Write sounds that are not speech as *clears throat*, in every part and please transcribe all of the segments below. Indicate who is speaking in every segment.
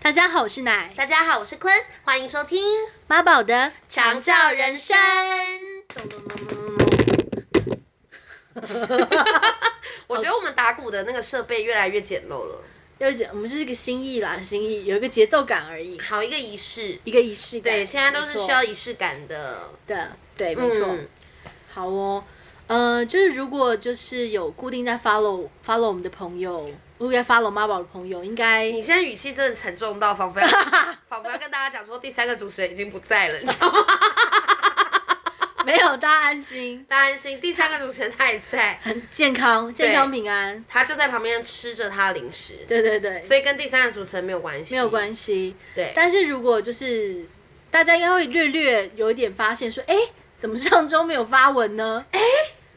Speaker 1: 大家好，我是奶
Speaker 2: 大家好，我是坤，欢迎收听《
Speaker 1: 妈宝的
Speaker 2: 长照人生》。 *laughs* 我觉得我们打鼓的那个设备越来越简陋了，
Speaker 1: 又是我们就是一个心意啦，心意有一个节奏感而已，
Speaker 2: 好一个仪式。
Speaker 1: 一个仪式感。
Speaker 2: 对，现在都
Speaker 1: 没
Speaker 2: 是
Speaker 1: 错
Speaker 2: 需要仪式感的。
Speaker 1: 的，对，没错。
Speaker 2: 嗯，
Speaker 1: 好哦，呃，就是如果就是有固定在 follow follow 我们的朋友，如果在 follow 妈宝的朋友，应该
Speaker 2: 你现在语气真的沉重到仿佛要 *laughs* 仿佛要跟大家讲说第三个主持人已经不在了，你 *laughs* 知道吗？
Speaker 1: 没有大家安心，
Speaker 2: 大家安心，第三个主持人他也在，
Speaker 1: 很健康，健康平安。
Speaker 2: 他就在旁边吃着他的零食，
Speaker 1: 对对对，
Speaker 2: 所以跟第三个主持人没有关系，
Speaker 1: 没有关系。
Speaker 2: 对，
Speaker 1: 但是如果就是大家应该会略略有一点发现，说，哎，怎么上周没有发文呢？
Speaker 2: 哎，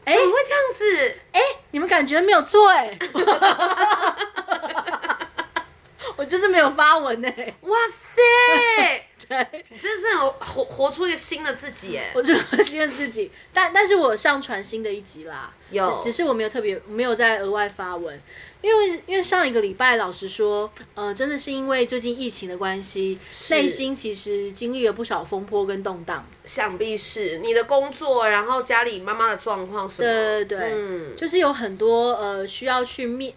Speaker 2: 怎么会这样子？
Speaker 1: 哎、你们感觉没有错哎、 *laughs* 我就是没有发文哎、
Speaker 2: 哇塞！ *laughs*
Speaker 1: 对，
Speaker 2: 你真的是很活活出一个新的自己哎，
Speaker 1: 我就信任自己，但但是我上传新的一集啦，
Speaker 2: 有
Speaker 1: 只只是我没有特别没有在额外发文，因为因为上一个礼拜老实说，呃，真的是因为最近疫情的关系，
Speaker 2: 是
Speaker 1: 内心其实经历了不少风波跟动荡，
Speaker 2: 想必是你的工作，然后家里妈妈的状况什么，
Speaker 1: 对对对，
Speaker 2: 嗯，
Speaker 1: 就是有很多呃需要去面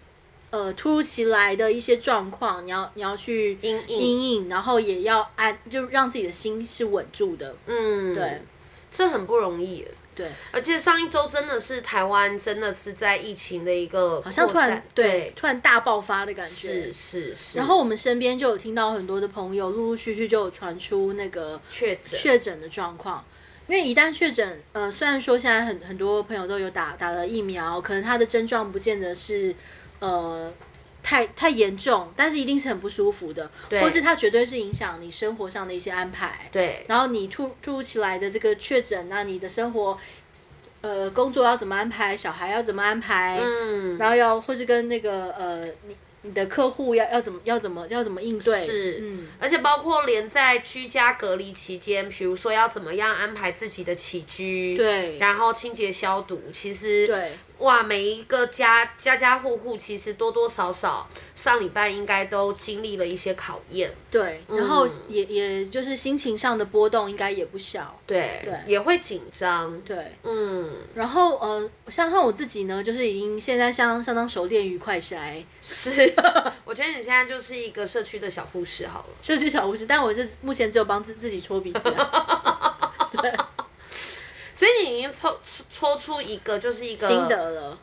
Speaker 1: 呃突如其来的一些状况，你要你要去
Speaker 2: 阴影
Speaker 1: 阴影，然后也要安，就让自己的心是稳住的。
Speaker 2: 嗯，
Speaker 1: 对，
Speaker 2: 这很不容易耶。
Speaker 1: 对，
Speaker 2: 而且上一周真的是台湾，真的是在疫情的一个
Speaker 1: 好像
Speaker 2: 扩
Speaker 1: 突然
Speaker 2: 散，
Speaker 1: 对突然大爆发的感觉
Speaker 2: 是。是是。
Speaker 1: 然后我们身边就有听到很多的朋友陆陆续续就有传出那个
Speaker 2: 确诊，
Speaker 1: 确诊的状况，因为一旦确诊，呃，虽然说现在很很多朋友都有打打了疫苗，可能他的症状不见得是呃太太严重，但是一定是很不舒服的，
Speaker 2: 对
Speaker 1: 或是它绝对是影响你生活上的一些安排。
Speaker 2: 对
Speaker 1: 然后你突突如其来的这个确诊，那你的生活，呃，工作要怎么安排，小孩要怎么安排，
Speaker 2: 嗯，
Speaker 1: 然后要或是跟那个呃，你你的客户要要怎么要怎么要怎么应对，
Speaker 2: 是
Speaker 1: 嗯，
Speaker 2: 而且包括连在居家隔离期间，比如说要怎么样安排自己的起居，，
Speaker 1: 对
Speaker 2: 然后清洁消毒，其实
Speaker 1: 对，
Speaker 2: 哇，每一个家家家户户其实多多少少上礼拜应该都经历了一些考验，
Speaker 1: 对，然后
Speaker 2: 嗯
Speaker 1: 也也就是心情上的波动应该也不小，
Speaker 2: 对，
Speaker 1: 对
Speaker 2: 也会紧张，
Speaker 1: 对。
Speaker 2: 嗯，
Speaker 1: 然后呃，像像我自己呢，就是已经现在相相当熟练于快筛
Speaker 2: 是， *laughs* 我觉得你现在就是一个社区的小护士好了。
Speaker 1: 社区小护士，但我是目前只有帮自自己搓鼻子、啊，
Speaker 2: 所以哎你已经抽抽出一个，就是一个
Speaker 1: 心，得了。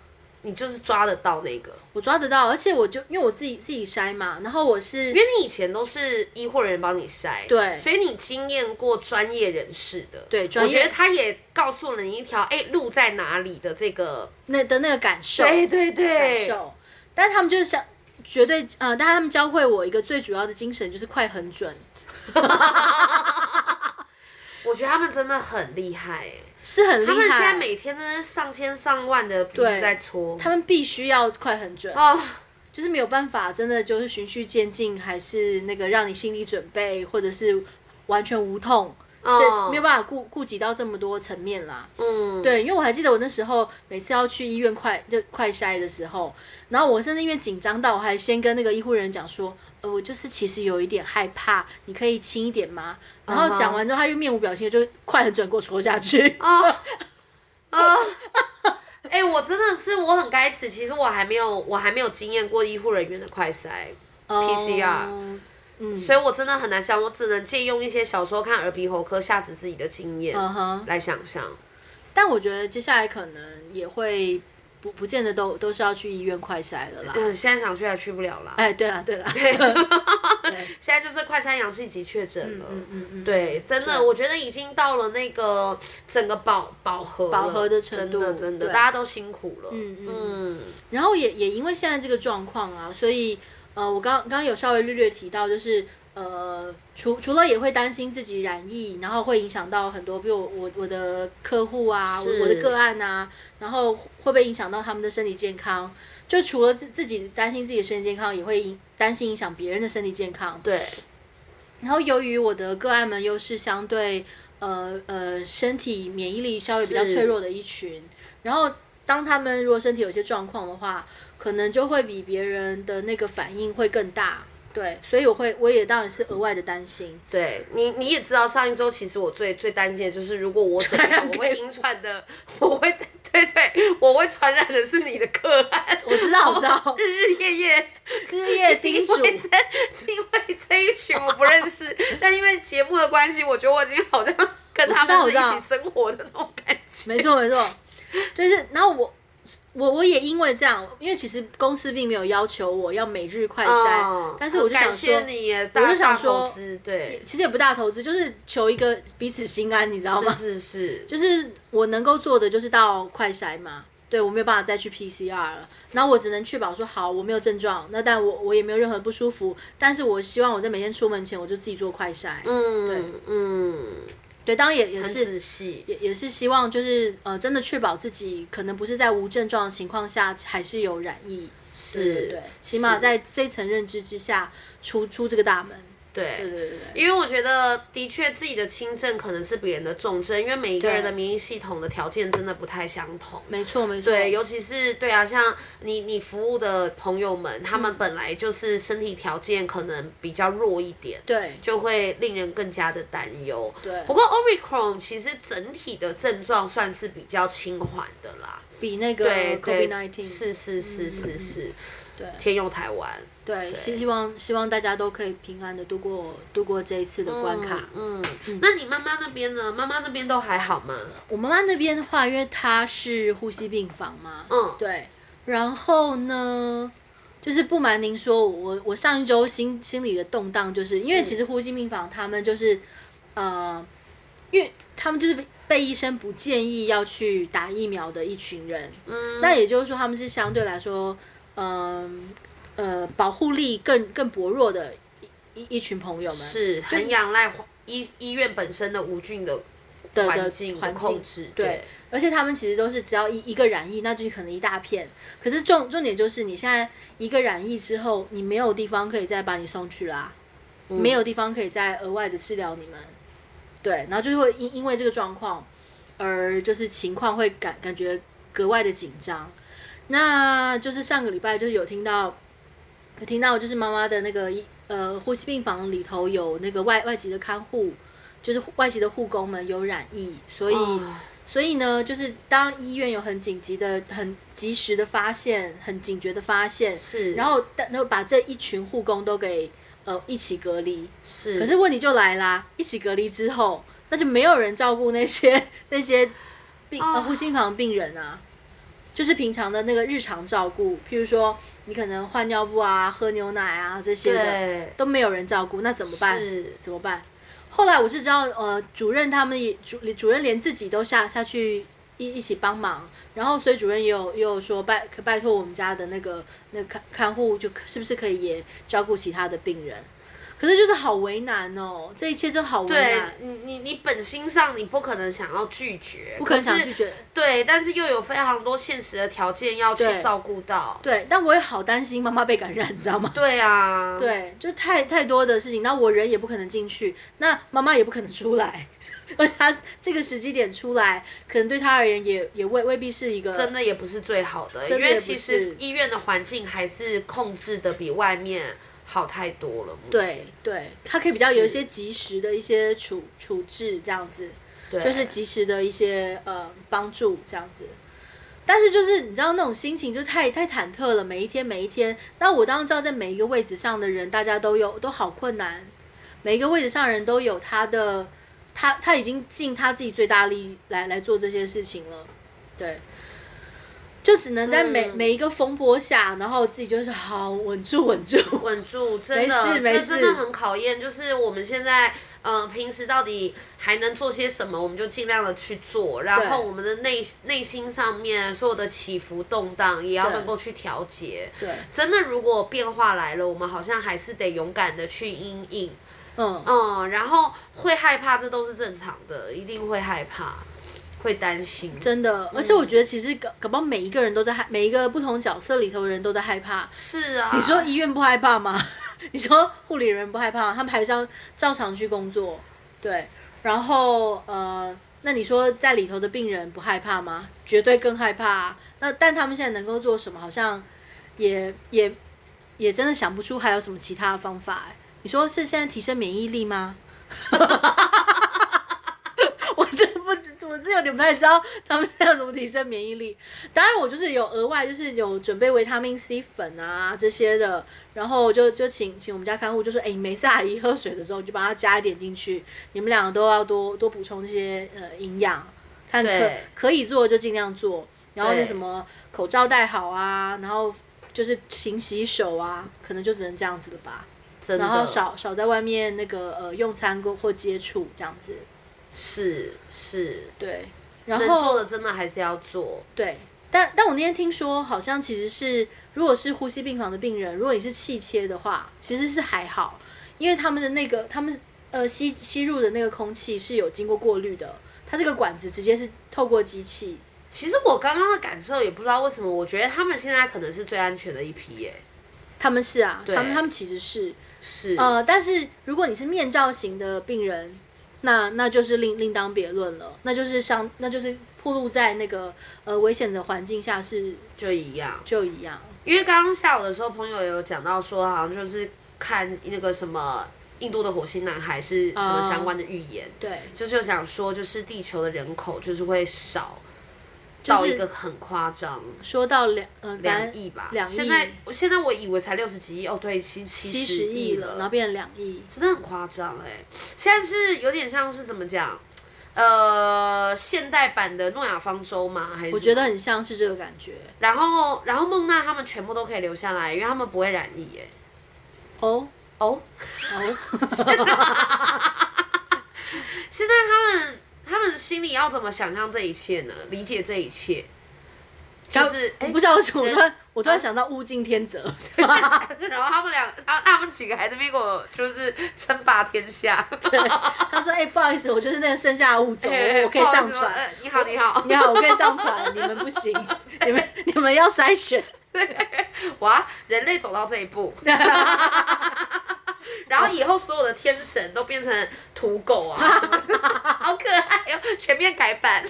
Speaker 2: 你就是抓得到那个，
Speaker 1: 我抓得到，而且我就因为我自己自己筛嘛，然后我是
Speaker 2: 因为你以前都是医护人员帮你筛，
Speaker 1: 对
Speaker 2: 所以你经验过专业人士的，
Speaker 1: 对专
Speaker 2: 我
Speaker 1: 业
Speaker 2: 觉得他也告诉了你一条，哎、路在哪里的这个，
Speaker 1: 那的那个感受，
Speaker 2: 对对
Speaker 1: 感
Speaker 2: 对，
Speaker 1: 受，但他们就是想绝对呃，但他们教会我一个最主要的精神就是快很准，
Speaker 2: 我觉得他们真的很厉害、哎
Speaker 1: 是很厉害。
Speaker 2: 他们现在每天真的是上千上万的鼻
Speaker 1: 对
Speaker 2: 子在搓，
Speaker 1: 他们必须要快很准，
Speaker 2: 哦，
Speaker 1: 就是没有办法，真的就是循序渐进，还是那个让你心理准备，或者是完全无痛，这
Speaker 2: 哦
Speaker 1: 没有办法顾顾及到这么多层面啦。
Speaker 2: 嗯，
Speaker 1: 对，因为我还记得我那时候每次要去医院快就快筛的时候，然后我甚至因为紧张到我还先跟那个医护人员讲说，呃，我就是其实有一点害怕，你可以轻一点吗？然后
Speaker 2: 嗯
Speaker 1: 讲
Speaker 2: 哼
Speaker 1: 完之后，他就面无表情，就快很准给我戳下去。
Speaker 2: 哦，哦，哎、我真的是我很该死，其实我还没有我还没有经验过医护人员的快筛，PCR
Speaker 1: 嗯嗯
Speaker 2: 所以我真的很难想，我只能借用一些小时候看耳鼻喉科吓死自己的经验、
Speaker 1: 嗯哼，
Speaker 2: 来想象。
Speaker 1: 但我觉得接下来可能也会不不见得都都是要去医院快筛了啦。
Speaker 2: 嗯，现在想去还去不了啦。
Speaker 1: 哎，对啦对啦， *laughs*
Speaker 2: 现在就是快筛阳性及确诊了。
Speaker 1: 嗯嗯嗯，
Speaker 2: 对，真的，我觉得已经到了那个整个饱饱和了
Speaker 1: 饱和的程度
Speaker 2: 真的真的，
Speaker 1: 对
Speaker 2: 大家都辛苦了。
Speaker 1: 嗯嗯
Speaker 2: 嗯
Speaker 1: 然后也也因为现在这个状况啊，所以呃，我刚刚刚有稍微略略提到，就是呃，除除了也会担心自己染疫，然后会影响到很多，比如我我我的客户啊，我
Speaker 2: 是
Speaker 1: 我的个案啊，然后会不会影响到他们的身体健康？就除了自自己担心自己的身体健康，也会影担心影响别人的身体健康。
Speaker 2: 对，
Speaker 1: 然后由于我的个案们又是相对呃呃身体免疫力稍微比较
Speaker 2: 是
Speaker 1: 脆弱的一群，然后当他们如果身体有些状况的话，可能就会比别人的那个反应会更大。对，所以我会我也当然是额外的担心。
Speaker 2: 对你，你也知道，上一周其实我最最担心的就是，如果我怎
Speaker 1: 传染
Speaker 2: 样，我
Speaker 1: 给
Speaker 2: 会引传的， *laughs* 我会对对，我会传染的是你的个案。
Speaker 1: 我知道我知道
Speaker 2: 日日夜夜
Speaker 1: *laughs* 日夜叮嘱
Speaker 2: *laughs* 因，为这因为这一群我不认识，但因为节目的关系，我觉得我已经好像跟他
Speaker 1: 我
Speaker 2: 们
Speaker 1: 知
Speaker 2: 是
Speaker 1: 道我
Speaker 2: 一
Speaker 1: 知
Speaker 2: 起生活的那种感觉。
Speaker 1: 没错没错，就是然后我我我也因为这样，因为其实公司并没有要求我要每日快筛，
Speaker 2: 嗯
Speaker 1: 但是我就想
Speaker 2: 感谢
Speaker 1: 说，
Speaker 2: 你耶，
Speaker 1: 我
Speaker 2: 大
Speaker 1: 就想
Speaker 2: 大投
Speaker 1: 说
Speaker 2: 资对，
Speaker 1: 其实也不大投资，就是求一个彼此心安，你知道吗？
Speaker 2: 是是是，
Speaker 1: 就是我能够做的就是到快筛嘛，对我没有办法再去 PCR 了，然后我只能确保说好我没有症状，那但我我也没有任何不舒服，但是我希望我在每天出门前我就自己做快筛，
Speaker 2: 嗯嗯，
Speaker 1: 对，当然也也
Speaker 2: 很
Speaker 1: 是
Speaker 2: 仔细，
Speaker 1: 也也是希望就是呃真的确保自己可能不是在无症状的情况下还是有染疫，对对
Speaker 2: 是
Speaker 1: 对，起码
Speaker 2: 是
Speaker 1: 在这层认知之下出出这个大门，对对对对，
Speaker 2: 因为我觉得，的确自己的轻症可能是别人的重症，因为每一个人的免疫系统的条件真的不太相同。
Speaker 1: 没错没错，
Speaker 2: 对，尤其是对啊，像你你服务的朋友们，他们本来就是身体条件可能比较弱一点，
Speaker 1: 对
Speaker 2: 就会令人更加的担忧。
Speaker 1: 对
Speaker 2: 不过 Omicron 其实整体的症状算是比较轻缓的啦。
Speaker 1: 比那个
Speaker 2: 对
Speaker 1: COVID
Speaker 2: 对
Speaker 1: nineteen 嗯
Speaker 2: 是是是是是，
Speaker 1: 对
Speaker 2: 天佑台湾
Speaker 1: 对，希望希望大家都可以平安的度过度过这一次的关卡。
Speaker 2: 嗯，嗯那你妈妈那边呢？妈妈那边都还好吗？
Speaker 1: 我妈妈那边的话，因为她是呼吸病房嘛，
Speaker 2: 嗯
Speaker 1: 对，然后呢，就是不瞒您说，我我上一周心心里的动荡，就是因为
Speaker 2: 是
Speaker 1: 其实呼吸病房他们就是呃，因为他们就是被被医生不建议要去打疫苗的一群人，
Speaker 2: 嗯，
Speaker 1: 那也就是说，他们是相对来说，嗯呃保护力更更薄弱的一一一群朋友们，
Speaker 2: 是很仰赖环医医院本身的无菌的
Speaker 1: 的
Speaker 2: 环
Speaker 1: 的
Speaker 2: 境的
Speaker 1: 环
Speaker 2: 控制，
Speaker 1: 对，而且他们其实都是只要一一个染疫，那就是可能一大片。可是重重点就是，你现在一个染疫之后，你没有地方可以再把你送去啦，没有地方可以再额外的治疗你们。对，然后就会因因为这个状况，而就是情况会感感觉格外的紧张。那就是上个礼拜就是有听到，有听到就是妈妈的那个一呃呼吸病房里头有那个外外籍的看护，就是外籍的护工们有染疫，所以、
Speaker 2: 哦
Speaker 1: 所以呢，就是当医院有很紧急的、很及时的发现、很警觉的发现，
Speaker 2: 是，
Speaker 1: 然后但然后把这一群护工都给呃一起隔离。
Speaker 2: 是，
Speaker 1: 可是问题就来啦，一起隔离之后，那就没有人照顾那些 *laughs* 那些病、呃、
Speaker 2: 啊
Speaker 1: 呼吸房病人啊，就是平常的那个日常照顾，譬如说你可能换尿布啊、喝牛奶啊这些的，
Speaker 2: 对，
Speaker 1: 都没有人照顾，那怎么办？
Speaker 2: 是
Speaker 1: 怎么办？后来我是知道，呃，主任他们也主主任连自己都下下去一一起帮忙，然后所以主任也有也有说拜可拜托我们家的那个那个看看护，就是不是可以也照顾其他的病人？可是就是好为难哦，这一切都好为
Speaker 2: 对
Speaker 1: 难，
Speaker 2: 你你你本心上你不可能想要拒绝，
Speaker 1: 不可能想
Speaker 2: 是
Speaker 1: 拒绝。
Speaker 2: 对，但是又有非常多现实的条件要去
Speaker 1: 对
Speaker 2: 照顾到，
Speaker 1: 对，但我也好担心妈妈被感染，你知道吗？
Speaker 2: 对啊，，
Speaker 1: 对，就太太多的事情，那我人也不可能进去，那妈妈也不可能出来， *laughs* 而且她这个时机点出来，可能对她而言也也未未必是一个
Speaker 2: 真的也不是最好的，
Speaker 1: 真
Speaker 2: 因
Speaker 1: 的也
Speaker 2: 为
Speaker 1: 不
Speaker 2: 其
Speaker 1: 是
Speaker 2: 实医院的环境还是控制的比外面好太多了，目
Speaker 1: 对
Speaker 2: 前，
Speaker 1: 对，它可以比较有一
Speaker 2: 是
Speaker 1: 些及时的一些处处置，这样子，
Speaker 2: 对，
Speaker 1: 就是及时的一些呃帮助这样子。但是就是你知道那种心情就太太忐忑了，每一天每一天。那我当然知道，在每一个位置上的人，大家都有都好困难，每一个位置上的人都有他的，他他已经尽他自己最大力来来做这些事情了，对。就只能在每、
Speaker 2: 嗯
Speaker 1: 每一个风波下，然后自己就是好稳住稳住，
Speaker 2: 稳住，真
Speaker 1: 没事
Speaker 2: 的，
Speaker 1: 没
Speaker 2: 这
Speaker 1: 事
Speaker 2: 真的很考验。就是我们现在，呃，平时到底还能做些什么，我们就尽量的去做。然后
Speaker 1: 对
Speaker 2: 我们的内内心上面所有的起伏动荡，也要
Speaker 1: 对
Speaker 2: 能够去调节。
Speaker 1: 对，
Speaker 2: 真的，如果变化来了，我们好像还是得勇敢的去应应。
Speaker 1: 嗯，
Speaker 2: 嗯，然后会害怕，这都是正常的，一定会害怕，会担心。
Speaker 1: 真的，而且我觉得其实搞搞不好每一个人都在害，每一个不同角色里头的人都在害怕。
Speaker 2: 是啊，
Speaker 1: 你说医院不害怕吗？ *laughs* 你说护理人不害怕吗？他们还是要照常去工作，对。然后呃，那你说在里头的病人不害怕吗？绝对更害怕、啊。那但他们现在能够做什么？好像也也也真的想不出还有什么其他的方法、哎你说是现在提升免疫力吗？ *laughs* 我真不知，我是有点不太知道他们要怎么提升免疫力。当然，我就是有额外就是有准备维他命 C 粉啊这些的，然后就就请请我们家看护就说，哎、每次阿姨喝水的时候你就帮她加一点进去，你们两个都要多多补充这些呃营养，看可
Speaker 2: 对
Speaker 1: 可以做就尽量做，然后那
Speaker 2: 对
Speaker 1: 什么口罩戴好啊，然后就是勤洗手啊，可能就只能这样子了吧。
Speaker 2: 真的
Speaker 1: 然后少少在外面那个呃用餐过或接触这样子，
Speaker 2: 是是，
Speaker 1: 对，然
Speaker 2: 能
Speaker 1: 后
Speaker 2: 做的真的还是要做。
Speaker 1: 对，但但我那天听说好像其实是如果是呼吸病房的病人，如果你是气切的话，其实是还好，因为他们的那个他们呃吸吸入的那个空气是有经过过滤的，它这个管子直接是透过机器，
Speaker 2: 其实我刚刚的感受也不知道为什么，我觉得他们现在可能是最安全的一批耶。
Speaker 1: 他们是啊，
Speaker 2: 对
Speaker 1: 他们他们其实是
Speaker 2: 是，
Speaker 1: 呃，但是如果你是面罩型的病人，那那就是另另当别论了，那就是像那就是暴露在那个呃危险的环境下是
Speaker 2: 就一样。
Speaker 1: 就一样，
Speaker 2: 因为刚刚下午的时候，朋友有讲到说，好像就是看那个什么印度的火星男孩是什么相关的预言，
Speaker 1: 对，
Speaker 2: 就是有讲说，就是地球的人口就是会少
Speaker 1: 就
Speaker 2: 到
Speaker 1: 是
Speaker 2: 一个很夸张。
Speaker 1: 说到两呃
Speaker 2: 两亿吧，
Speaker 1: 两亿
Speaker 2: 现在现在我以为才六十几亿，哦，对，七七
Speaker 1: 七
Speaker 2: 十
Speaker 1: 十亿了，
Speaker 2: 了，
Speaker 1: 然后变成两亿，
Speaker 2: 真的很夸张哎、现在是有点像是怎么讲，呃，现代版的诺亚方舟吗？还是
Speaker 1: 我觉得很像是这个感觉
Speaker 2: 然后然后孟娜他们全部都可以留下来，因为他们不会染疫哎、
Speaker 1: 哦
Speaker 2: 哦， *laughs*
Speaker 1: 哦，
Speaker 2: 现在他们他们心里要怎么想象这一切呢？理解这一切，
Speaker 1: *laughs*
Speaker 2: 就是
Speaker 1: 我
Speaker 2: 哎嗯
Speaker 1: 不，知道为什么我突然我突然想到物竞天择，
Speaker 2: *laughs* 然后他们两，他他们几个还在那边给我就是称霸天下。
Speaker 1: 他说哎不好意思，我就是那个剩下的物种，哦
Speaker 2: 哎
Speaker 1: 我我可以上
Speaker 2: *laughs* 不好意思
Speaker 1: 传。
Speaker 2: 呃你好，你好，
Speaker 1: 你好，我可以上传，你们不行，你们你们要筛选。
Speaker 2: 哇，人类走到这一步， *laughs* 然后以后所有的天神都变成土狗 *laughs* 啊，什么的好可爱哦，全面改版。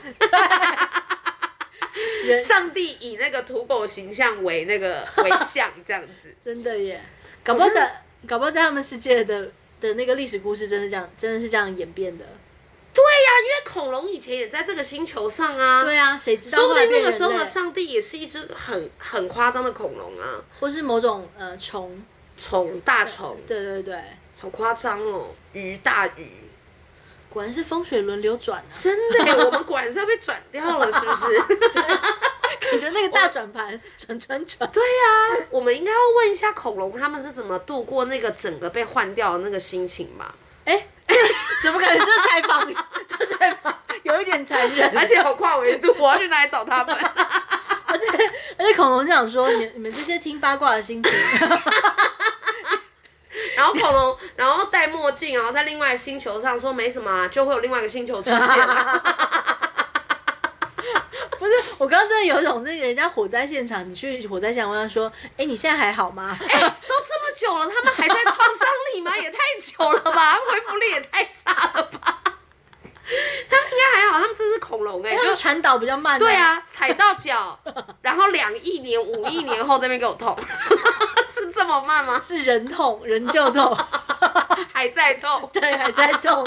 Speaker 1: 人
Speaker 2: 上帝以那个土狗形象为那个为像，这样 *laughs* 子
Speaker 1: 真的耶，搞不好在搞不好在他们世界的的那个历史故事，真的这样，真的是这样演变的。
Speaker 2: 啊，因为恐龙以前也在这个星球上啊，
Speaker 1: 对啊，谁知道
Speaker 2: 说不
Speaker 1: 后来
Speaker 2: 定
Speaker 1: 变
Speaker 2: 那
Speaker 1: 人
Speaker 2: 个时候的
Speaker 1: 类，
Speaker 2: 上帝也是一只很很夸张的恐龙啊，
Speaker 1: 或是某种呃虫，
Speaker 2: 虫大虫，
Speaker 1: 对对对，
Speaker 2: 好夸张哦，鱼大鱼。
Speaker 1: 果然是风水轮流转啊，
Speaker 2: *laughs* 真的耶，我们果然是要被转掉了，是不是？
Speaker 1: 感觉那个大转盘转转转，
Speaker 2: 对呀、我们应该要问一下恐龙他们是怎么度过那个整个被换掉的那个心情
Speaker 1: *laughs*
Speaker 2: 吧，
Speaker 1: 哎，怎么感觉这采访 *laughs* 这采访有一点残
Speaker 2: *laughs*
Speaker 1: 忍？
Speaker 2: 而且好跨维度，我要去哪里找他们？ *laughs*
Speaker 1: 而且而且恐龙就想说，你你们这些听八卦的心情，
Speaker 2: 然后恐龙，然后戴墨镜，然后在另外一个星球上说没什么、啊，就会有另外一个星球出现、
Speaker 1: *laughs*
Speaker 2: 啊。
Speaker 1: 不是，我刚刚真的有一种那个人家火灾现场，你去火灾现场问他说，哎、你现在还好吗？
Speaker 2: 哎、都这么久了，他们还在创伤里吗？也太久了吧，恢复力也太差了吧？他们应该还好，他们这是恐龙哎、
Speaker 1: 因为他
Speaker 2: 就
Speaker 1: 们传导比较慢、
Speaker 2: 对，啊，踩到脚，然后两亿年、五亿年后在那边给我痛， *laughs* 是这么慢吗？
Speaker 1: 是人
Speaker 2: *laughs*
Speaker 1: 痛人就痛，
Speaker 2: 还在痛。
Speaker 1: 对，还在痛，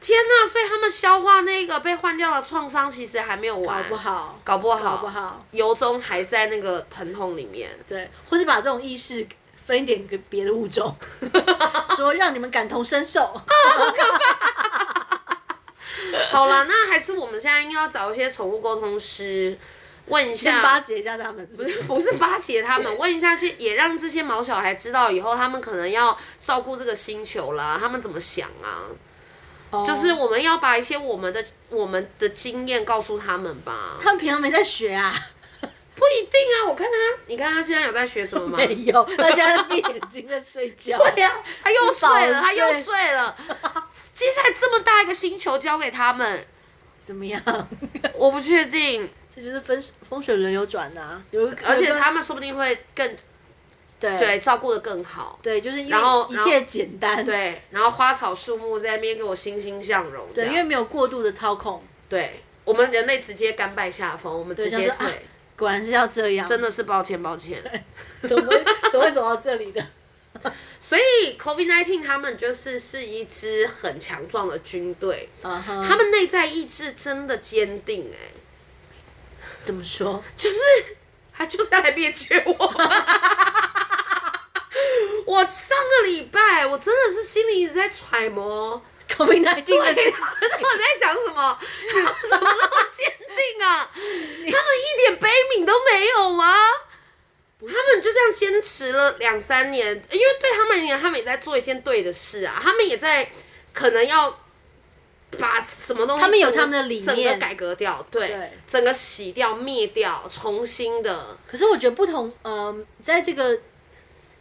Speaker 2: 天呐！所以他们消化那个被换掉的创伤，其实还没有
Speaker 1: 搞
Speaker 2: 完，
Speaker 1: 不好，
Speaker 2: 搞不好，
Speaker 1: 搞不好，
Speaker 2: 由衷还在那个疼痛里面。
Speaker 1: 对，或是把这种意识分一点给别的物
Speaker 2: *laughs*
Speaker 1: 种，说让你们感同身受。
Speaker 2: 好了，那还是我们现在应该要找一些宠物沟通师，问一
Speaker 1: 先巴
Speaker 2: 下，
Speaker 1: 结一下他们是
Speaker 2: 啊不
Speaker 1: 不是
Speaker 2: 是不是巴结他们，问一下些，也让这些毛小孩知道以后他们可能要照顾这个星球啦，他们怎么想啊？
Speaker 1: 哦
Speaker 2: 就是我们要把一些我们的我们的经验告诉他们吧。
Speaker 1: 他们平常没在学啊，
Speaker 2: 不一定啊，我看他，你看他现在有在学什么
Speaker 1: *laughs*
Speaker 2: 吗？
Speaker 1: 没有，他现在闭眼睛在睡觉。
Speaker 2: *laughs* 对呀、他又
Speaker 1: 吃饱了
Speaker 2: 睡了，他又
Speaker 1: 睡
Speaker 2: 睡了。 *laughs* 接下来这么大一个星球交给他们，
Speaker 1: 怎么样？ *laughs*
Speaker 2: 我不确定，
Speaker 1: 这就是风风水轮流转呐、啊，有
Speaker 2: 而且
Speaker 1: 有个
Speaker 2: 他们说不定会更
Speaker 1: 对
Speaker 2: 对照顾的更好。
Speaker 1: 对，就是因为
Speaker 2: 然后
Speaker 1: 一
Speaker 2: 然后
Speaker 1: 切简单，
Speaker 2: 对，然后花草树木在那边给我欣欣向荣。
Speaker 1: 对，
Speaker 2: 这
Speaker 1: 因
Speaker 2: 样
Speaker 1: 为没有过度的操控。
Speaker 2: 对我们人类直接甘拜下风，我们
Speaker 1: 对
Speaker 2: 直接
Speaker 1: 想说啊
Speaker 2: 退。
Speaker 1: 果然是啊要这样，
Speaker 2: 真的是抱歉抱歉。
Speaker 1: *laughs* 怎么会怎么会走到这里
Speaker 2: *laughs*
Speaker 1: 的？
Speaker 2: 所以 COVID nineteen 他们就是是一支很强壮的军队，
Speaker 1: 嗯哼，
Speaker 2: 他们内在意志真的坚定哎、
Speaker 1: 怎么说？
Speaker 2: 就是他就是要来灭绝我。 *laughs* 我上个礼拜，我真的是心里一直在揣摩，
Speaker 1: COVID
Speaker 2: 对，啊
Speaker 1: nineteen 的事 *laughs*
Speaker 2: 然后 *laughs* 我在想什么？他们怎么那么坚定啊？他们一点悲悯都没有吗？
Speaker 1: 不
Speaker 2: 他们就这样坚持了两三年，因为对他们而言，他们也在做一件对的事啊，他们也在可能要把什么东西整个，
Speaker 1: 他们有他们的理念
Speaker 2: 整个改革掉，对，
Speaker 1: 对
Speaker 2: 整个洗掉、灭掉、重新的，
Speaker 1: 可是我觉得不同，呃，在这个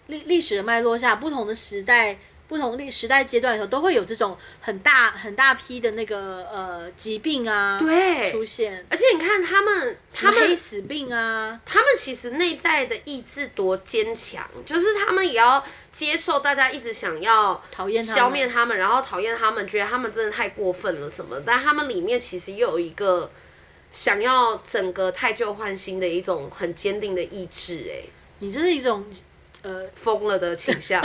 Speaker 1: 历历史的脉络下，不同的时代、不同历时代阶段的时候，都会有这种很大很大批的那个呃疾病啊，出
Speaker 2: 对。
Speaker 1: 现，
Speaker 2: 而且你看他们，他
Speaker 1: 什么
Speaker 2: 们
Speaker 1: 黑死病啊，
Speaker 2: 他们其实内在的意志多坚强，就是他们也要接受大家一直想要
Speaker 1: 讨厌他们
Speaker 2: 消灭他们，然后讨厌他们，觉得他们真的太过分了什么，但他们里面其实又有一个想要整个太旧换新的一种很坚定的意志、哎，
Speaker 1: 你这是一种呃， *laughs*
Speaker 2: 疯了的倾向。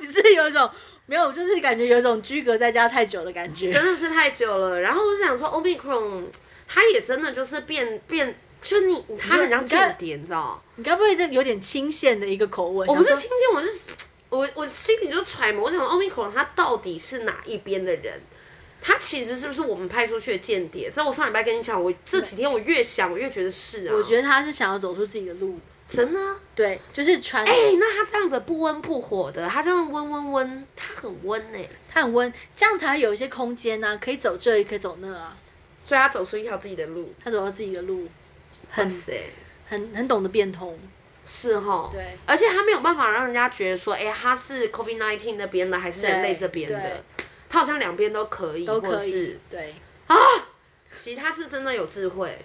Speaker 1: 你是有一种没有，就是感觉有一种居隔在家太久的感觉。
Speaker 2: 真的是太久了。然后我就想说，Omicron 它也真的就是变变，就你它很像间谍，你知道？
Speaker 1: 你该不会这有点清线的一个口吻？
Speaker 2: 我不是
Speaker 1: 想说
Speaker 2: 今天，我是我我心里就揣摩，我想 Omicron 它到底是哪一边的人？他其实是不是我们派出去的间谍？这我上礼拜跟你讲，我这几天我越想，我越觉得是啊。
Speaker 1: 我觉得他是想要走出自己的路，
Speaker 2: 真的啊，
Speaker 1: 对，就是传、
Speaker 2: 哎、那他这样子不温不火的，他这样温温温，他很温哎、
Speaker 1: 他很温，这样才有一些空间呐、啊，可以走这，也可以走那啊。
Speaker 2: 所以他走出一条自己的路。
Speaker 1: 他走到自己的路，
Speaker 2: 哇
Speaker 1: 很
Speaker 2: 塞，
Speaker 1: 很很懂得变通。
Speaker 2: 是哈，
Speaker 1: 对，
Speaker 2: 而且他没有办法让人家觉得说，哎、他是 COVID nineteen 那边的还是人类
Speaker 1: 对
Speaker 2: 这边的，他好像两边都可以，
Speaker 1: 都
Speaker 2: 或
Speaker 1: 可
Speaker 2: 者
Speaker 1: 以
Speaker 2: 是。
Speaker 1: 对，
Speaker 2: 其他是真的有智慧，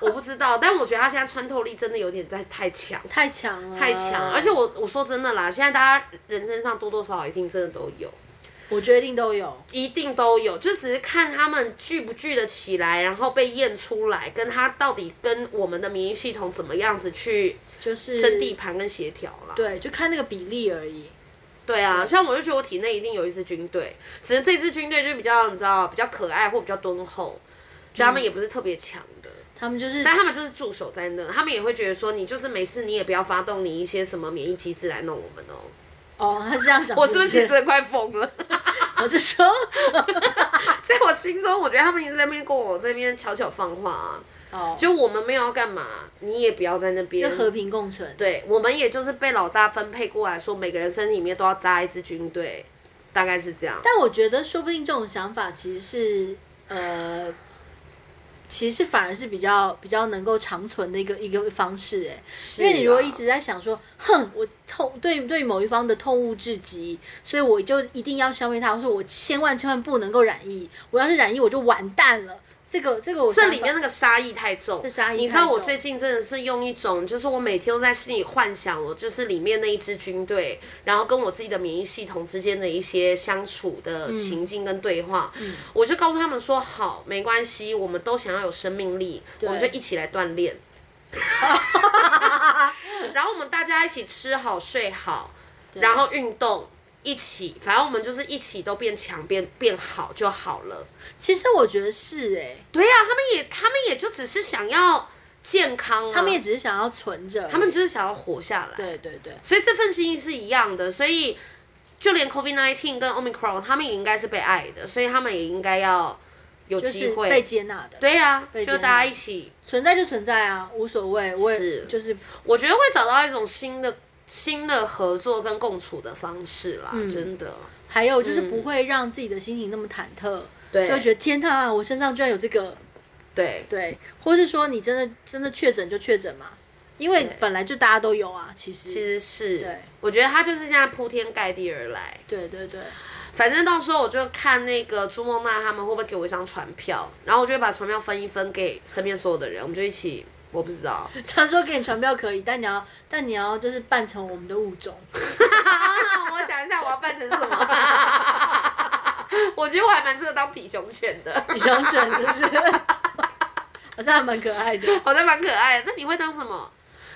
Speaker 2: 我不知道，但我觉得他现在穿透力真的有点在太强，
Speaker 1: 太强了，
Speaker 2: 太强，而且我我说真的啦，现在大家人身上多多少少一定真的都有，
Speaker 1: 我决定都有。
Speaker 2: 一定都有，就只是看他们聚不聚得起来，然后被验出来，跟他到底跟我们的免疫系统怎么样子去
Speaker 1: 就是
Speaker 2: 争地盘跟协调啦。
Speaker 1: 对，就看那个比例而已。
Speaker 2: 对啊，像我就觉得我体内一定有一支军队，只是这支军队就比较你知道比较可爱或比较敦厚，
Speaker 1: 嗯
Speaker 2: 就他们也不是特别强的，
Speaker 1: 他们就是
Speaker 2: 但他们就是驻守在那，他们也会觉得说你就是没事，你也不要发动你一些什么免疫机制来弄我们哦。
Speaker 1: 哦，他是这样想。
Speaker 2: 我是不
Speaker 1: 不
Speaker 2: 是其实真的快疯了？ *laughs*
Speaker 1: 我是说，
Speaker 2: 在我心中，我觉得他们一直在那边跟我这边悄悄放话、啊，
Speaker 1: 哦，
Speaker 2: 就我们没有要干嘛，你也不要在那边
Speaker 1: 就。和平共存。
Speaker 2: 对，我们也就是被老大分配过来说，每个人身体里面都要扎一支军队，大概是这样。
Speaker 1: 但我觉得，说不定这种想法其实是呃，其实反而是比较比较能够长存的一个一个方式。哎，因为你如果一
Speaker 2: 直。
Speaker 1: 直在想说，哼，我痛对对某一方的痛恶至极，所以我就一定要消灭他，或者我千万千万不能够染疫，我要是染疫我就完蛋了。这个这个我
Speaker 2: 这
Speaker 1: 想
Speaker 2: 里
Speaker 1: 法
Speaker 2: 面那个杀意太重，
Speaker 1: 这杀意
Speaker 2: 你知
Speaker 1: 太
Speaker 2: 道我
Speaker 1: 重
Speaker 2: 最近真的是用一种，就是我每天都在心里幻想，我就是里面那一支军队，然后跟我自己的免疫系统之间的一些相处
Speaker 1: 嗯
Speaker 2: 的情境跟对话。我就告诉他们说，好，没关系，我们都想要有生命力，我们就一起来锻炼。
Speaker 1: *laughs*
Speaker 2: 然后我们大家一起吃好睡好，然后运动。一起，反正我们就是一起都变强、变变好就好了。
Speaker 1: 其实我觉得是哎、
Speaker 2: 对呀、啊他们也他们也就只是想要健康啊，
Speaker 1: 他们也只是想要存着而已，
Speaker 2: 他们就是想要活下来，
Speaker 1: 对对对，
Speaker 2: 所以这份心意是一样的，所以就连 COVID nineteen 跟 Omicron 他们也应该是被爱的，所以他们也应该要有
Speaker 1: 就
Speaker 2: 机
Speaker 1: 是
Speaker 2: 会，
Speaker 1: 被接纳的，
Speaker 2: 对呀、
Speaker 1: 被接
Speaker 2: 就
Speaker 1: 纳
Speaker 2: 大家一起，
Speaker 1: 存在就存在啊，无所谓，我也
Speaker 2: 是
Speaker 1: 就是
Speaker 2: 我觉得会找到一种新的新的合作跟共处的方式啦，真的，
Speaker 1: 嗯还有就是不会让自己的心情那么忐忑，就会
Speaker 2: 对
Speaker 1: 觉得天呐，我身上居然有这个，
Speaker 2: 对
Speaker 1: 对，或是说你真的真的确诊就确诊嘛，因为本来就大家都有啊，其实
Speaker 2: 其实是
Speaker 1: 对，
Speaker 2: 我觉得他就是现在铺天盖地而来。
Speaker 1: 对对对，
Speaker 2: 反正到时候我就看那个朱梦娜他们会不会给我一张船票，然后我就会把船票分一分给身边所有的人，我们就一起，我不知 *laughs* 道，
Speaker 1: 他说给你传票可以，但你要但你要就是扮成我们的物种，
Speaker 2: 那我想一下我要扮成什 *laughs* 么。我觉得我还蛮适合当比熊犬的， *laughs*
Speaker 1: 你想选就是。好像还蛮可爱的。
Speaker 2: 好像蛮可爱的。那你会当什么？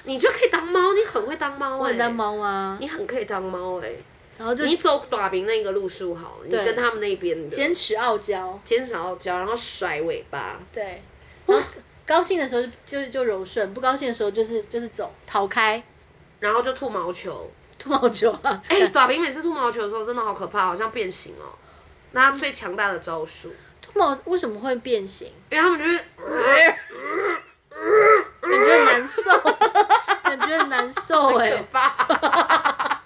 Speaker 2: 你就可以当猫，你很会当猫
Speaker 1: 我
Speaker 2: 哎、
Speaker 1: 很当猫啊，
Speaker 2: 你很可以当猫哎、
Speaker 1: 然后就
Speaker 2: 你走短平那个路数好了，你
Speaker 1: 对
Speaker 2: 跟他们那边的
Speaker 1: 坚持傲娇，
Speaker 2: 肩上傲娇，然后甩尾巴，
Speaker 1: 对，然后高兴的时候就就就柔顺，不高兴的时候就是就是走逃开，
Speaker 2: 然后就吐毛球。
Speaker 1: 吐毛球啊。
Speaker 2: 哎、短平每次吐毛球的时候真的好可怕，好像变形哦。那他最强大的招数，
Speaker 1: 吐毛为什么会变 *laughs* 形？
Speaker 2: 因为他们就是
Speaker 1: 哎感觉很难受，感觉很难受哎、 *laughs*
Speaker 2: 可怕。嗯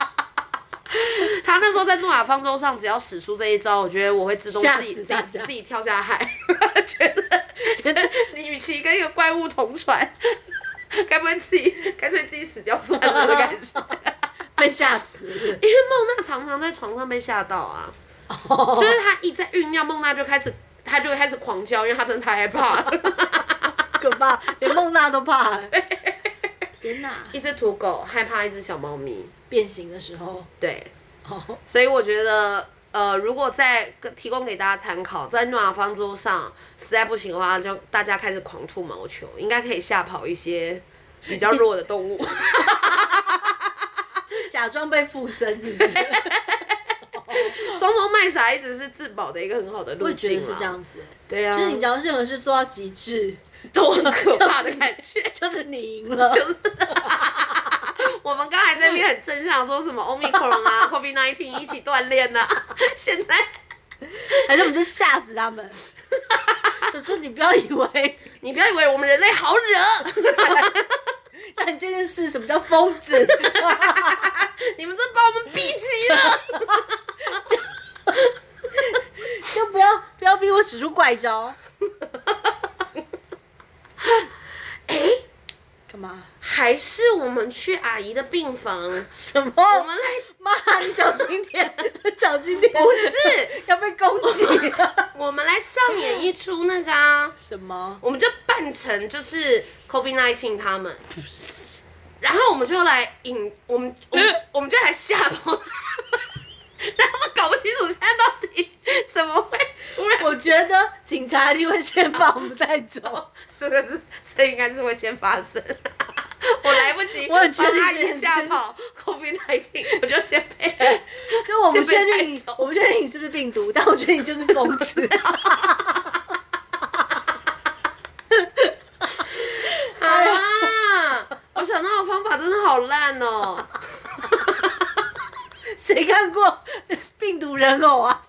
Speaker 2: 他那时候在诺亚方舟上，只要使出这一招，我觉得我会自动
Speaker 1: 吓
Speaker 2: 自己
Speaker 1: 死
Speaker 2: 自
Speaker 1: 大
Speaker 2: 己
Speaker 1: 家
Speaker 2: 自己跳下海。 *laughs* 觉得觉得你与其跟一个怪物同船， *laughs* 该不会自己干脆自己死掉算了的
Speaker 1: *laughs*
Speaker 2: 感觉？
Speaker 1: 被吓死 *laughs* 了。
Speaker 2: 因为梦娜常常在床上被吓到啊，
Speaker 1: 哦
Speaker 2: 就是她一在酝酿，梦娜就开始她就开始狂叫，因为她真的太害怕了。
Speaker 1: 可怕，连孟娜都怕、 *laughs* 天哪！
Speaker 2: 一只土狗害怕一只小猫咪，
Speaker 1: *laughs* 变形的时候，
Speaker 2: 对，
Speaker 1: 哦， *laughs*
Speaker 2: 所以我觉得，呃，如果在提供给大家参考，在暖方桌上实在不行的话，就大家开始狂吐毛球，应该可以吓跑一些比较弱的动物。 *laughs*
Speaker 1: 就是假装被附身，是不 *laughs* 是？
Speaker 2: 双峰卖傻一直是自保的一个很好的
Speaker 1: 我
Speaker 2: 路
Speaker 1: 也觉
Speaker 2: 径
Speaker 1: 得是
Speaker 2: 啦
Speaker 1: 这，样子、
Speaker 2: 对啊，
Speaker 1: 就是你只要任何事做到极致，
Speaker 2: 都很可怕
Speaker 1: 就
Speaker 2: 的
Speaker 1: 是
Speaker 2: 感觉。
Speaker 1: 就是你赢了。
Speaker 2: 就是我们刚才那边很正向，说
Speaker 1: *laughs*
Speaker 2: 什么 Omicron 啊、COVID nineteen 一起锻炼呐、啊， *laughs* 现在
Speaker 1: 还是我们就吓死他们。 *laughs* 小叔，你不要以为 *laughs*
Speaker 2: 你不要以为我们人类好惹，
Speaker 1: 让你这件事什么叫疯子， *laughs*
Speaker 2: 你们这把我们逼急了。
Speaker 1: 就不要不要逼我使出怪
Speaker 2: *laughs*
Speaker 1: 招。哎干嘛？啊
Speaker 2: 还是我们去阿姨的病房，
Speaker 1: 什么？
Speaker 2: 我们来
Speaker 1: 妈，你小心点，小心点！
Speaker 2: 不是，
Speaker 1: 要被攻击了。
Speaker 2: 我们来上演一出那个啊，
Speaker 1: 什么？
Speaker 2: 我们就扮成就是 COVID nineteen 他们，然后我们就来引我们我们我们就来吓跑他们，然后搞不清楚现在到底怎么会突然，
Speaker 1: 我觉得警察一定会先把我们带走。
Speaker 2: 这个是这应该是会先发生。 *laughs* 我来不及，
Speaker 1: 我很确定
Speaker 2: 把阿
Speaker 1: 这件
Speaker 2: 姨
Speaker 1: 事
Speaker 2: 吓跑 COVID nineteen，我就先
Speaker 1: *laughs*
Speaker 2: 被
Speaker 1: 就我不确
Speaker 2: 先被
Speaker 1: 定你
Speaker 2: 带走，
Speaker 1: 我不确定你是不是病毒，但我觉得你就是疯
Speaker 2: *laughs*
Speaker 1: 子。哎
Speaker 2: 啊！我想到的方法真的好烂哦。
Speaker 1: 谁看过病毒人偶啊？
Speaker 2: *laughs*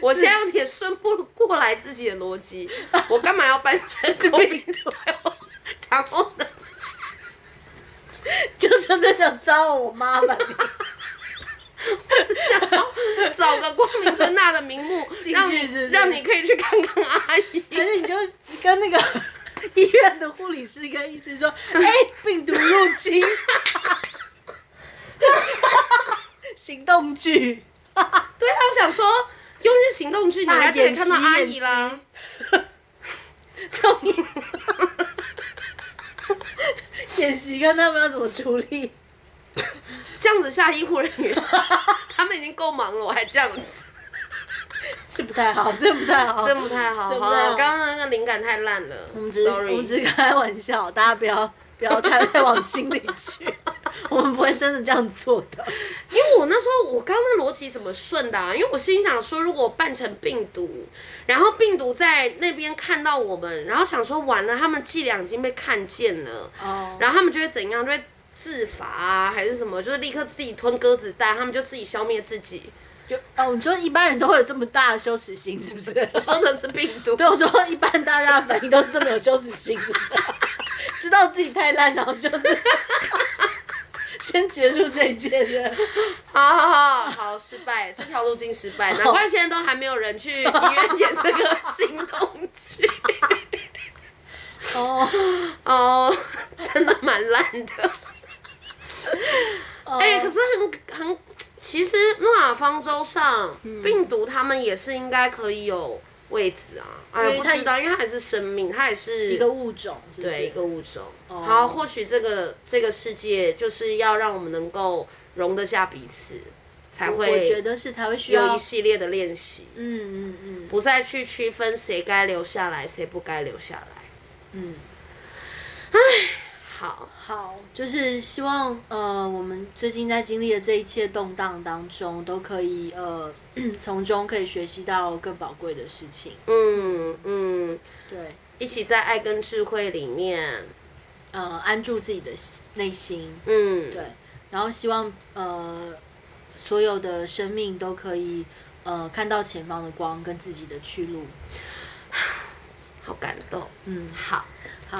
Speaker 2: 我现在有点顺不过来自己的逻 *laughs* 辑，我干嘛要扮成
Speaker 1: 对
Speaker 2: 狗领队？然后呢？
Speaker 1: 就纯粹想骚扰我妈吧。
Speaker 2: 我只想要找个光明正大的名 *laughs* 目，
Speaker 1: 进去
Speaker 2: 让
Speaker 1: 是不是
Speaker 2: 你让你可以去看看阿姨。
Speaker 1: 还是你就跟那个 *laughs* 医院的护理师跟医生说，哎、病毒入侵， *laughs* 行动剧，
Speaker 2: *laughs* 对啊，我想说，用一些行动剧，你还可以看到阿姨啦。
Speaker 1: 送你演习，看他们要怎么处理。
Speaker 2: 这样子下医护人员， *laughs* 他们已经够忙了，我还这样子，
Speaker 1: 是不太好，真的不太好。
Speaker 2: 哦真不太好。
Speaker 1: 真不
Speaker 2: 好
Speaker 1: 太好
Speaker 2: 了，刚刚那个灵感太烂了
Speaker 1: 我们只是我们只
Speaker 2: ，sorry。
Speaker 1: 是开玩笑，大家不要不要太 *laughs* 太往心里去，我们不会真的这样做的。
Speaker 2: 因为我那时候我刚刚的逻辑怎么顺的、啊？因为我心想说，如果我扮成病毒，然后病毒在那边看到我们，然后想说完了，他们伎俩已经被看见了，
Speaker 1: 哦，
Speaker 2: 然后他们就会怎样？就会自罚啊，还是什么？就是立刻自己吞鸽子蛋，他们就自己消灭自己。
Speaker 1: 就哦，你说一般人都会有这么大的羞耻心，是不是？
Speaker 2: 我说的是病毒，
Speaker 1: 对，我说一般大家的反应都是这么有羞耻心，是不是知道自己太烂，然后就是 *laughs* 先结束这一切的。
Speaker 2: 好好好，好失败，这条路径失败，难怪现在都还没有人去医院演这个行动剧。
Speaker 1: 哦，
Speaker 2: 哦，真的蛮烂的。
Speaker 1: 哦
Speaker 2: 哎、可是很很，其实诺亚方舟上、病毒他们也是应该可以有位置啊。哎
Speaker 1: 因为
Speaker 2: 呀，不
Speaker 1: 它
Speaker 2: 知道，因为它也是生命，它也是
Speaker 1: 一个物种，是不是
Speaker 2: 对一个物种。
Speaker 1: 哦
Speaker 2: 好，或许这个这个世界就是要让我们能够容得下彼此。才
Speaker 1: 我
Speaker 2: 会
Speaker 1: 觉得是才会需
Speaker 2: 有
Speaker 1: 要
Speaker 2: 一，系列的练习，
Speaker 1: 嗯嗯嗯
Speaker 2: 不再去区分谁该留下来，谁不该留下来。
Speaker 1: 嗯，
Speaker 2: 好，
Speaker 1: 好，就是希望呃，我们最近在经历的这一切动荡当中，都可以呃， *clears throat* 从中可以学习到更宝贵的事情。
Speaker 2: 嗯嗯，
Speaker 1: 对，
Speaker 2: 一起在爱跟智慧里面，
Speaker 1: 呃，安住自己的内心，
Speaker 2: 嗯，
Speaker 1: 对，然后希望呃，所有的生命都可以呃，看到前方的光跟自己的去路。
Speaker 2: 好感动。
Speaker 1: 嗯，
Speaker 2: 好，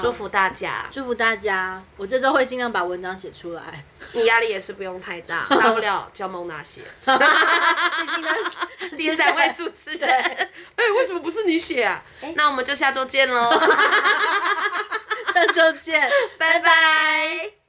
Speaker 2: 祝福大家。
Speaker 1: 祝福大家，我这周会尽量把文章写出来。 *laughs*
Speaker 2: 你压力也是不用太 *laughs* 大，大不了叫梦娜 *laughs* 写。
Speaker 1: 毕竟都是 *laughs*
Speaker 2: 第三位主持人，哎、为什么不是你写啊？那 *laughs* 我们就下周见喽，
Speaker 1: 下周见。
Speaker 2: 拜拜。